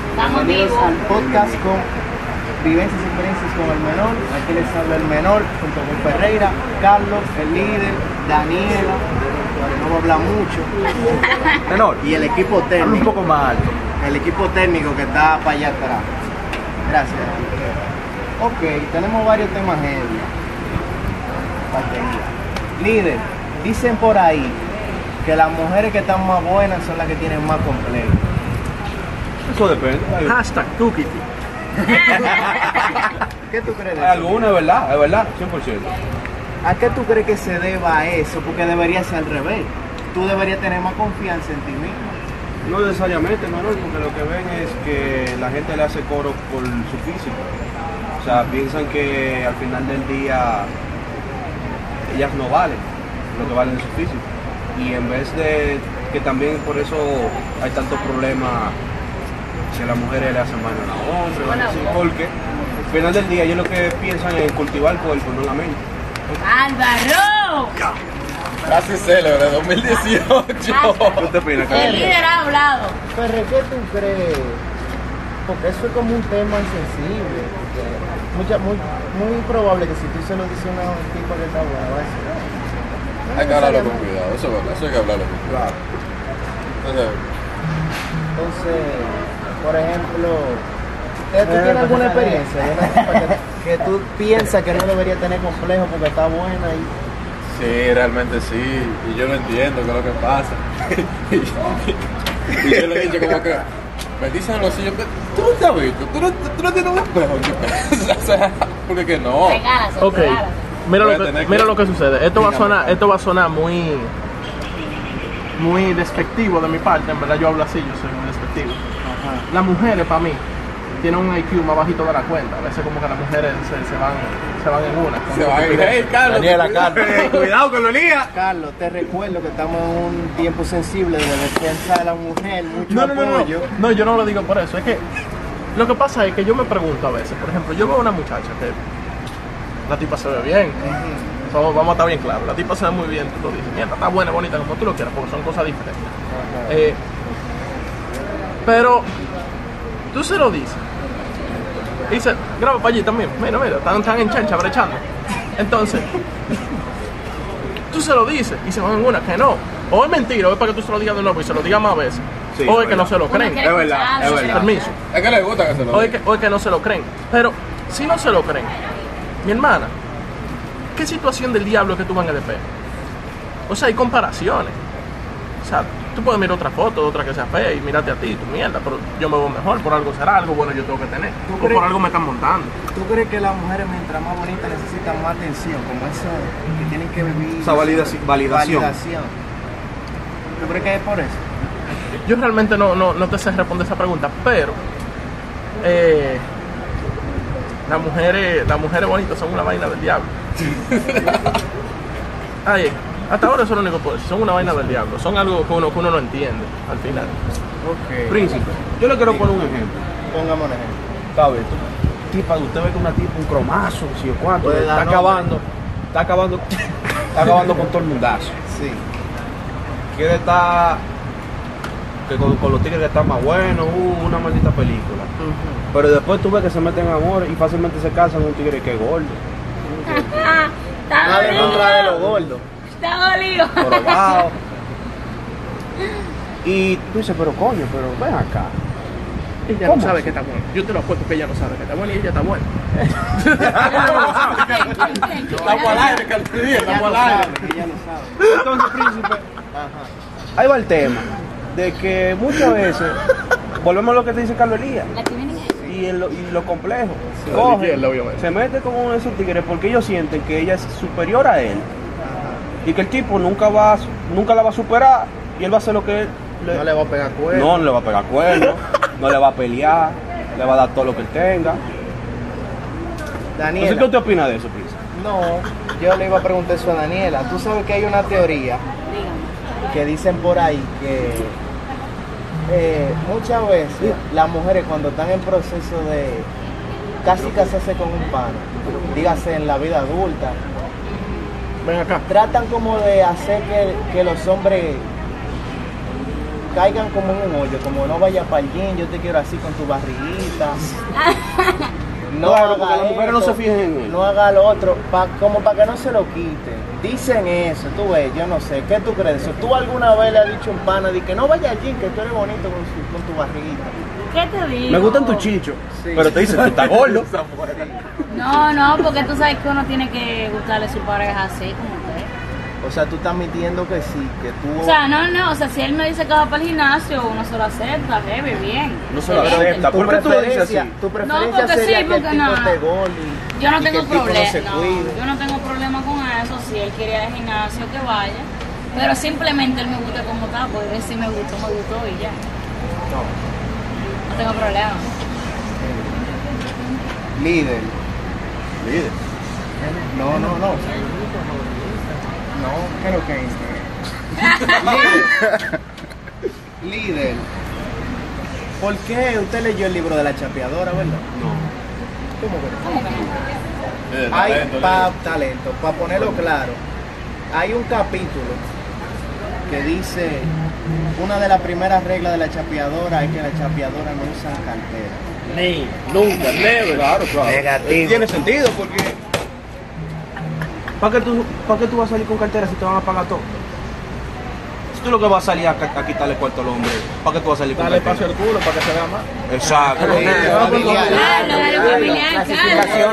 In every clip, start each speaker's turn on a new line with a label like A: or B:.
A: Estamos
B: Bienvenidos
A: vivos.
B: al podcast con vivencias y experiencias con el menor. Aquí les habla el menor junto con Ferreira, Carlos, el líder, Daniela, que no va a hablar mucho,
C: Menor,
B: y el equipo
C: habla un
B: técnico,
C: poco más alto.
B: el equipo técnico que está para allá atrás. Gracias. Ok, tenemos varios temas heavy. Batería. Líder, dicen por ahí que las mujeres que están más buenas son las que tienen más complejo.
C: Eso depende. Hay,
A: Ah.
D: Hashtag Tukiti.
B: ¿Qué tú crees de
C: hay
B: eso?
C: alguna, es verdad, es verdad, 100%.
B: ¿A qué tú crees que se deba a eso? Porque debería ser al revés. Tú deberías tener más confianza en ti mismo.
E: No necesariamente, Manuel, porque lo que ven es que la gente le hace coro por su físico. O sea, piensan que al final del día ellas no valen lo que valen es su físico. Y en vez de que también por eso hay tantos problemas que las mujeres le hacen mal a los hombres,
A: Bueno.
E: así, porque al final del día ellos lo que piensan es cultivar el cuerpo, no la mente.
A: Álvaro.
F: Frase célebre, 2018.
A: Álvaro.
E: te opinas,
A: El líder ha hablado.
B: Pero ¿qué tú crees? Porque eso es como un tema insensible. porque mucha- muy, muy probable que si tú se lo dices a un tipo que está bueno, va a decir, "Ah, no
F: Hay que hablarlo con
B: necesariamente".
F: cuidado, eso es verdad, eso hay que hablarlo con cuidado.
E: Claro.
F: Entonces,
B: Entonces, por ejemplo, ¿usted tú tiene alguna experiencia de una tipa que, que tú piensas que no debería tener complejo porque está buena y
F: sí, realmente sí, y yo no entiendo qué es lo que pasa. y yo le he dicho como que, me dicen los sillos, tú no te has visto, tú no, tú no tienes un espejo. en tu casa?" o sea, porque que no.
A: Regálaselo,
D: Ok.
A: regálaselo.
D: Mira
F: Voy a
D: lo, que,
F: tener que-
D: mira lo que sucede. Esto va a
F: Dígame.
D: sonar, esto va a sonar muy muy despectivo de mi parte, en verdad yo hablo así, yo soy muy despectivo. Las mujeres para mí tienen un IQ más bajito de la cuenta. A veces como que las mujeres se, se van se van en una.
F: Se va a ir, hey, Carlos.
C: Daniela,
F: cuidado".
C: Cuidado con lo lías.
B: Carlos, te recuerdo que estamos en un tiempo sensible de defensa de la mujer, mucho
D: No, no, no, no.
B: apoyo.
D: No, yo no lo digo por eso. Es que lo que pasa es que yo me pregunto a veces, por ejemplo, yo veo una muchacha que la tipa se ve bien. Vamos, vamos a estar bien claros. La tipa se ve muy bien, tú lo dices. Mierda, está buena, bonita, como tú lo quieras, porque son cosas diferentes. Eh, pero tú se lo dices. Dice, graba para allí también. Mira, mira, están, están en chancha, brechando. Entonces, tú se lo dices y se van en una que no. O es mentira, o es para que tú se lo digas de nuevo y se lo digas más veces.
E: Sí,
D: o es
E: es
D: que no
E: verdad.
D: se lo
A: Uno
D: creen.
A: quiere
E: es verdad,
A: escucharlo,
E: es
A: se
E: verdad.
A: lo
D: Permiso.
F: Es que le gusta que se lo
D: O es,
F: diga.
D: que, o es que no se lo creen. Pero si no se lo creen, mi hermana, ¿qué situación del diablo es que tú van a despegar? O sea, hay comparaciones. O sea, tú puedes mirar otra foto, otra que sea fea y mirarte a ti, tu mierda, pero yo me veo mejor, por algo será, algo bueno yo tengo que tener.
B: ¿Tú
D: O
B: crees?
D: por algo me están montando.
B: ¿Tú crees que las mujeres mientras más bonitas necesitan más atención? Como eso que tienen que vivir.
E: Esa validaci- validación.
B: validación. ¿Tú crees que es por eso?
D: Yo realmente no, no, no te sé responder esa pregunta, pero eh, las mujeres, las mujeres bonitas son una vaina del diablo. Ay, hasta ahora eso es lo único que puedo decir, son una vaina del diablo, son algo que uno, que uno no entiende al final.
B: Ok.
E: Príncipe, yo le quiero poner un ejemplo.
B: Pongamos un ejemplo.
E: ¿sabes? Tipa, usted ve que una tipa, un cromazo, si o cuánto,
B: Puede
E: está
B: dar nombre.
E: acabando, está acabando, está acabando con todo el mundazo.
B: Sí.
E: Quiere estar que con, con los tigres que están más buenos, uh, una maldita película. Pero después tú ves que se meten en amor y fácilmente se casan con un tigre que es gordo,
A: Está Ah.
B: Nada en contra de los
A: dolido.
B: gordos.
A: Está dolido.
E: jorobado. Y tú dices, pero coño, pero ven acá.
D: Ella
E: ¿Cómo
D: no sabe
E: así?
D: que está bueno. Yo te lo apuesto que ella no sabe que está bueno y ella está buena.
F: Estamos al aire, Carlos. Díaz,
B: Ella
F: estamos
B: lo
F: al aire.
B: sabe, ella lo sabe.
E: Entonces, príncipe, ahí va el tema de que muchas veces, volvemos a lo que te dice Carlos Elías.
A: La chimenea.
E: y, el- y lo complejo.
D: Sí,
E: Coge,
D: la izquierda, obviamente.
E: se mete con uno de esos tigres porque ellos sienten que ella es superior a él y que el tipo nunca va a su- nunca la va a superar y él va a hacer lo que él le-
B: No le va a pegar cuerno.
E: no, no le va a pegar cuerno, no le va a pelear, le va a dar todo lo que él tenga. Entonces, ¿qué
B: Daniela.
E: usted opina de eso, Príncipe?
B: No, yo le iba a preguntar eso a Daniela. Tú sabes que hay una teoría que dicen por ahí que eh, muchas veces las mujeres cuando están en proceso de casi casarse con un pana, dígase en la vida adulta,
D: Ven acá.
B: tratan como de hacer que, que los hombres caigan como en un hoyo, como no vaya para el gym, yo te quiero así con tu barriguita. No
E: Claro, porque
B: haga
E: las mujeres no
B: esto,
E: se fijan en él.
B: No haga lo otro, pa- como para que no se lo quiten. Dicen eso, tú ves, yo no sé. ¿Qué tú crees? de eso? ¿Tú alguna vez le has dicho a un pana de que no vaya al gym, que tú eres bonito con, su- con tu barriguita?
A: ¿Qué te digo?
E: Me gustan tus chichos,
B: Sí.
E: pero te dicen, tú estás gordo.
A: No, no, porque tú sabes que uno tiene que gustarle a su pareja así como usted.
B: O sea, tú estás mintiendo que sí, que tú...
A: O sea, no, no, o sea, si él me dice que va para el gimnasio, uno se lo acepta, leve, bien.
E: No se lo
A: Excelente.
E: acepta.
B: tu
E: ¿por qué tú lo dices
B: preferencia-
E: así?
B: Tu preferencia
A: porque
B: sería
A: sí,
B: que el
A: porque
B: tipo
A: no, no.
B: te gole y-
A: Yo no
B: y
A: tengo
B: que el tipo no
A: problema,
B: se
A: no,
B: cuide.
A: yo no tengo problema con eso, si él quiere ir al gimnasio que vaya, pero simplemente él me gusta como está, porque si me gustó, me gustó y ya. No tengo problema.
B: Líder.
E: Líder.
B: No, no, no. No, creo que Instagram. Líder. Líder. ¿Por qué usted leyó el libro de la chapeadora, verdad?
E: No.
B: ¿Cómo que?
A: ¿Cómo que no?
F: Eh,
B: Hay
F: talento,
B: pa talento, para ponerlo claro. Hay un capítulo que dice una de las primeras reglas de la chapeadora es que la chapeadora no usa cartera.
E: Nunca, never. Claro, claro.
B: Negativo.
E: Tiene sentido porque. ¿Para qué, tú, ¿Para qué tú vas a salir con cartera si te van a pagar todo? Si tú lo que vas a salir a, ca- a quitarle cuarto al hombre, ¿para qué tú vas a salir con
D: Dale paso
E: cartera?
D: al culo para que se vea más.
E: Exacto.
A: Claro, claro, familiar,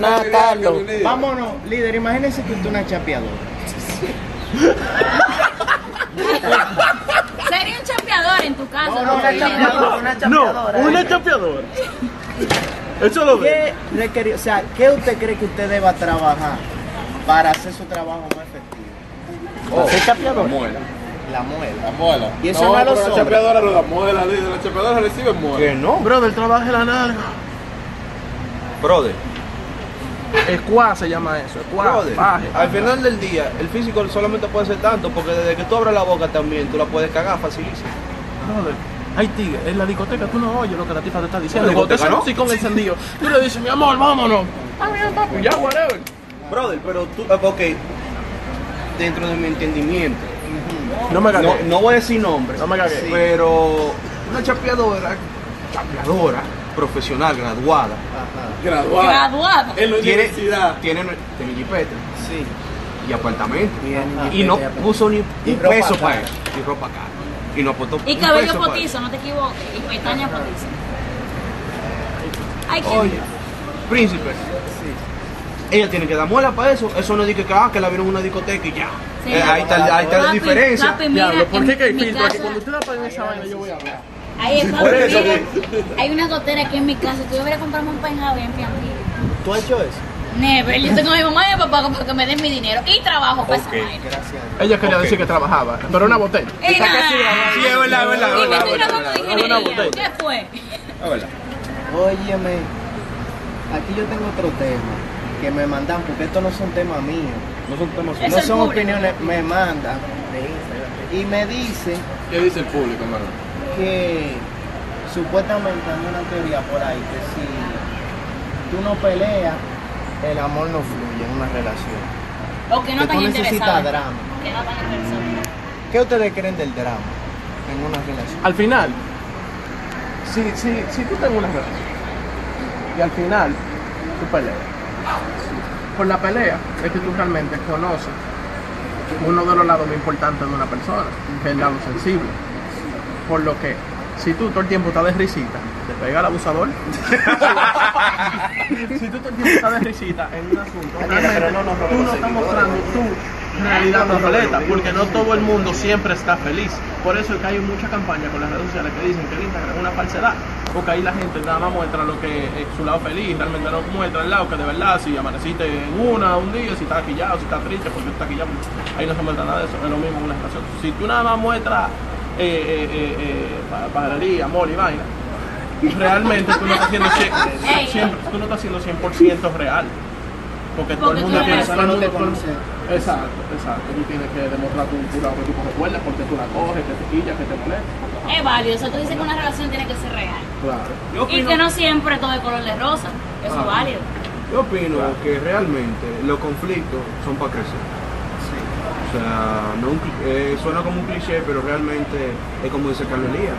A: claro.
F: Carlos.
B: Vámonos, líder, imagínese que usted es una chapeadora.
A: Sería un champeador en tu casa.
B: No, no, una
A: Pero-
B: chapeadora, una chapeadora. eh.
D: No, una chapeadora. Eso lo veo.
B: ¿Qué le quería- o sea, ¿qué usted cree que usted deba trabajar para hacer su trabajo más efectivo? ¿Usted es chapeador?
F: Muela.
B: La muela.
F: La muela.
B: Y eso no a los
F: pero La
B: hombres.
F: chapeadora no la muela, líder. La chapeadora recibe muela.
E: Que no,
D: Brother, trabaja la nalga.
E: brother.
D: Escuá se llama eso. Escuá.
E: Brother,
D: Paje.
E: al final del día, el físico solamente puede ser tanto porque desde que tú abres la boca también, tú la puedes cagar facilísimo.
D: Brother, hay tigres. En la discoteca tú no oyes lo que la tipa te está diciendo.
E: ¿En la
D: Cuando te
E: discoteca no?
D: así con encendido, tú le dices, mi amor, vámonos. Ah, mira, papi, ya, whatever.
E: Brother, pero tú, eh, ok, dentro de mi entendimiento,
D: No me
E: no,
D: cagué.
E: no voy a decir nombres,
D: No me cagué.
E: sí, pero una chapeadora, chapeadora, profesional, graduada,
B: Ajá,
F: Graduada.
A: Graduado.
B: Eh,
F: En la
E: tiene,
F: universidad.
E: tiene, tiene jipete
B: sí.
E: y apartamento.
B: Bien,
E: Y no
B: bien, bien.
E: puso ni
B: Y
E: un
B: ropa
E: peso
B: cara.
E: para él. Y ropa cara. Y no aportó
A: Y
E: un
A: cabello
E: peso para él.
A: potizo, no te equivoques. Y pestañas potizo. Ay, qué
E: Oye, príncipe. Ella tiene que dar muela para eso. Eso no es de que, ah, que la vieron en una discoteca y ya.
A: Sí.
E: Eh, ahí está, ahí está la
A: Papi,
E: diferencia.
A: papi, mira,
D: Diablo, ¿por
A: en
D: qué que hay
A: mi
D: filtro aquí?
A: casa-
D: Cuando ustedes apaguen esa vaina, yo voy a hablar.
A: Ahí es
E: Por eso,
A: Hay una gotera aquí en mi casa. Tú deberías comprarme un penjado en Piantini.
B: ¿Tú has hecho eso?
A: Never. Yo tengo a mi mamá y a mi papá para que me den mi dinero. Y trabajo para
E: Ok.
A: esa vaina.
B: Gracias. a Dios.
D: Ella quería decir que trabajaba, pero una botella.
A: Ey, nada.
E: Sí, es verdad, es verdad, es
A: Y me
E: verdad,
A: estoy
E: es verdad,
A: graduando de
E: es verdad, es
A: ingeniería.
E: verdad.
A: ¿Qué fue?
E: Es verdad.
B: Óyeme, aquí yo tengo otro tema que me mandan, porque estos no son temas míos.
E: No son temas.
A: Es
B: No
A: el
B: son
A: público.
B: opiniones, me mandan. Y me dicen
F: ¿Qué dice el público, hermano?
B: que supuestamente hay una teoría por ahí que si tú no peleas, el amor no fluye en una relación.
A: O que no
B: que
A: están
B: tú necesitas
A: interesados.
B: drama.
A: Que no están interesados.
B: ¿Qué ustedes creen del drama en una relación?
D: Al final, si, si, si tú estás en una relación y al final tú peleas, por la pelea es que tú realmente conoces uno de los lados más importantes de una persona, que es el lado sensible. Por lo que, si tú todo el tiempo estás de risita, te pega el abusador. si tú todo el tiempo estás de risita en un asunto, realmente tú no estás mostrando tu realidad completa, porque no todo el mundo siempre está feliz. Por eso es que hay mucha campaña con las redes sociales que dicen que el Instagram es una falsedad, porque ahí la gente nada más muestra lo que es su lado feliz, realmente no muestra el lado que de verdad, si amaneciste en una, un día, si estás quillado, si estás triste, porque estás quillado, ahí no se muestra nada de eso, es lo mismo en una relación. Si tú nada más muestras eh, eh, eh, eh, pa- pajarería, amor y vaina, realmente tú no estás siendo, cien-
A: Ey.
D: siempre- tú no estás siendo 100% real. Porque todo el
A: Porque
D: mundo
A: tú
D: piensa
A: eres
D: todo el
B: así.
D: mundo- todo el mundo- Exacto, exacto. Tú tienes que demostrar tu cultura que tú recuerdas porque tú la coges, que te quillas, que te molesta.
A: Es válido. O sea, tú dices que una relación tiene que ser real.
D: Claro.
E: Yo
A: Y
E: opino,
A: que no siempre todo de color de rosa. Eso
E: Ah.
A: es válido.
E: yo opino que realmente los conflictos son para crecer. O sea, no un cli- eh, suena como un cliché, pero realmente es como dice Carlos Elías.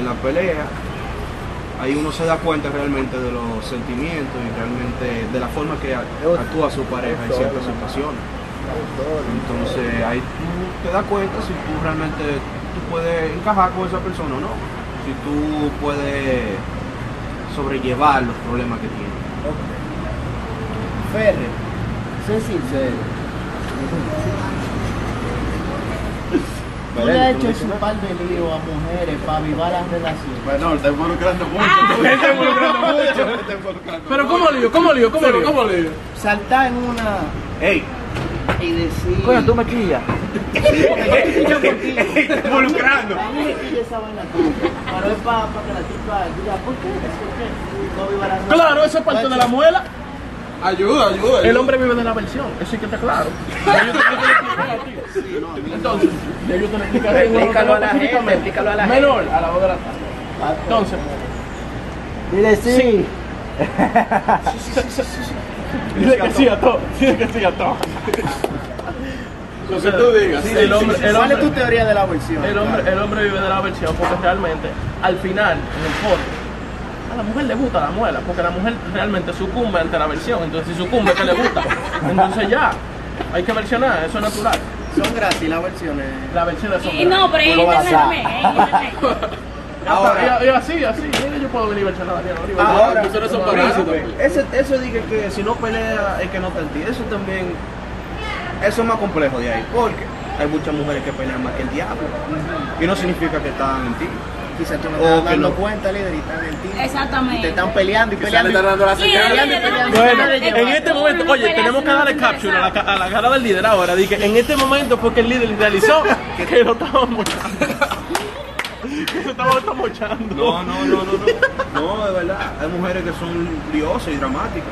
E: En la pelea, ahí uno se da cuenta realmente de los sentimientos y realmente de la forma que a- actúa su pareja en ciertas situaciones. Entonces ahí tú te das cuenta si tú realmente tú puedes encajar con esa persona o no. Si tú puedes sobrellevar los problemas que tiene.
B: Ferre, sé sincero. Yo le he hecho un par de líos a mujeres para avivar las relaciones.
F: Bueno, está involucrando
A: Ah.
F: mucho. Está involucrando mucho. Está involucrando
D: Pero
F: mucho.
D: ¿cómo lío? ¿Cómo lío? ¿Cómo
F: Pero
D: lío?
F: ¿cómo le digo?
B: Saltar en una
E: ¡Ey!
B: y decir.
E: Coño, tú me quillas.
B: Yo por ti.
E: Involucrando.
B: A mí me quilla esa vaina tú. Pero es para que la tipa diga, ¿por qué? ¿Por qué? Y no aviva las relaciones.
D: Claro, eso es parte de la muela.
F: Ayuda, ayuda.
D: El
F: ayuda.
D: hombre vive de la versión, eso hay que está claro. Ya yo te lo explicaré a ti. Entonces, ya yo te lo explicaré.
B: Explícalo a la gente,
D: específicamente.
B: explícalo a la
D: Menor, a la voz de la tarde. Entonces,
B: Dile sí.
D: dile que sí a todo, dile que sí a todo.
F: Lo que tú digas.
D: Sí, el hombre, el
B: ¿Cuál es tu
D: hombre,
B: teoría de la versión?
D: el hombre, el hombre vive de la versión porque realmente, al final, en el fondo, a la mujer le gusta la muela, porque la mujer realmente sucumbe ante la versión. Entonces, si sucumbe, que le gusta. Entonces, ya, hay que versionar, eso es natural.
B: Son gratis las versiones.
D: La versión de
A: Y no, pero en
B: Puro
A: internet
B: WhatsApp.
A: también, en internet.
D: Ahora, y, y así, así, mira, yo puedo venir versionar a Daniel Oliva.
E: Ah, Ahora,
F: Tú eres un
E: no,
F: parásito.
E: ese, eso dije que si no pelea es que no te entiende. Eso también, eso es más complejo de ahí, porque hay muchas mujeres que pelean más que el diablo. Y no significa que están en ti.
B: Quizás tú no
E: O
B: te estás
E: que
B: dando
E: no.
B: cuenta, líder, y están en ti. Y te
A: Exactamente.
B: están peleando y
F: Quizá le
B: peleando.
F: está
B: y-
F: dando la
A: Sí,
F: señal.
A: ella le da la
D: Bueno,
A: oportunidad de
D: en este
A: llevar.
D: momento,
A: Uno
D: oye,
A: pelea,
D: tenemos que
A: uno
D: darle
A: no
D: caption a la,
A: interesa.
D: ca- a la cara del líder ahora. Dije, en este momento fue que el líder realizó que lo estaban mochando. Que se estaban lo mochando.
E: No, no, no, no, no. No, de verdad. Hay mujeres que son liosas y dramáticas.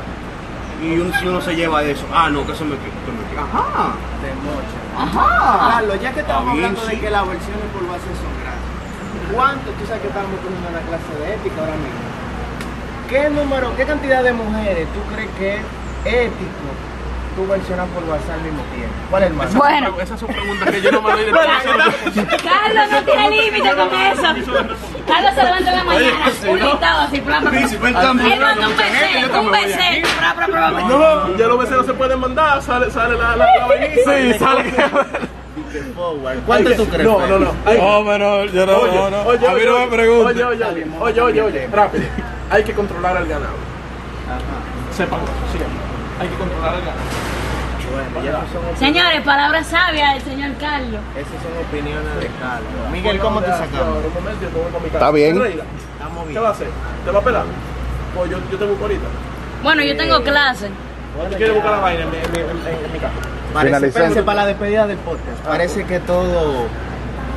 E: Y uno, si uno se lleva de eso, ah, no, que eso me quita. Ajá.
B: Te mocha.
E: Ajá.
B: Carlos, ya que estamos
E: Está bien,
B: hablando de
E: sí.
B: que las versiones por base son gratis, ¿cuánto? Tú sabes que estamos teniendo una clase de ética ahora mismo. ¿Qué número, qué cantidad de mujeres tú crees que es ético tú versionar por WhatsApp al mismo tiempo? ¿Cuál es el más?
A: Bueno,
D: Esas son preguntas que yo no me doy de
A: Carlos no tiene límite con eso. Carlos se levanta en la mañana, pulitado así, bla, bla, bla.
F: Sí, sí, fue el
A: Él
F: tambor.
A: manda un becerro, un becerro, bla, bla, bla, bla.
D: No, ya los veces no se pueden mandar, sale, sale la, la, la Sí, sale.
B: ¿Cuánto tú crees?
D: No, no, no. Hay-
F: No, pero yo no,
D: Oye,
F: no, no.
D: oye,
F: a mí
D: oye,
F: no me
D: oye, Oye,
F: pregunten.
D: oye, oye, oye, oye, oye, rápido. Hay que controlar al ganado. Sepan, sigan. Hay que controlar al ganado.
B: Bueno, ya son opi-
A: Señores, palabras sabias del señor Carlos.
B: esas son opiniones de Carlos. Miguel, ¿cómo te sacamos?
D: Un momento, yo te voy con mi cara.
F: Está bien.
D: Reina,
B: Estamos
D: ¿Qué
B: bien.
D: va a hacer? ¿Te va a pelar? O yo, yo te busco ahorita.
A: Bueno, yo tengo clase.
D: Yo quiero buscar la vaina en mi, en mi, en- en mi casa.
B: Parece,
F: Finalizando.
B: espérense, para la despedida del podcast. Parece que todo.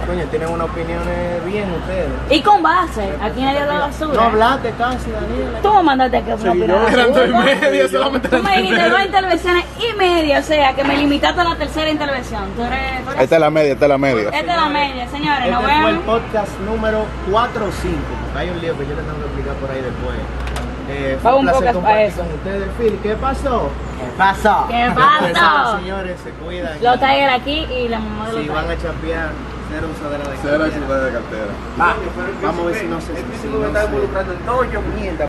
B: Coño, tienen unas opiniones bien ustedes.
A: Y con base, aquí nadie habla basura.
B: No hablaste Este casi, Daniel.
A: Tú me mandaste que fue una opinión.
F: Eran dos y media, solamente
A: Tú
F: eran
A: me
F: dos y
A: dijiste dos
F: media.
A: intervenciones y media, o sea, que me limitaste a la tercera intervención. Tú eres... tú eres-
G: Esta es la media, esta es la media.
A: Esta es la media, señores, nos
B: Este fue el
A: vemos.
B: podcast número 4 o 5. Hay un lío que yo les tengo que explicar por ahí después. Eh,
A: Fue un podcast
B: compartir
A: pa' eso.
B: con ustedes, Phil. ¿Qué pasó? ¿Qué pasó?
A: ¿Qué pasó?
B: Señores, se cuidan.
A: Los Tiger aquí y la mamá de los
B: Si van
A: Tiger.
B: a chapear, cero usadera de
F: Cero
B: cartera.
F: ciudad de cartera.
B: Va, Vamos a ver si no se... si no se-
E: No, yo mierda.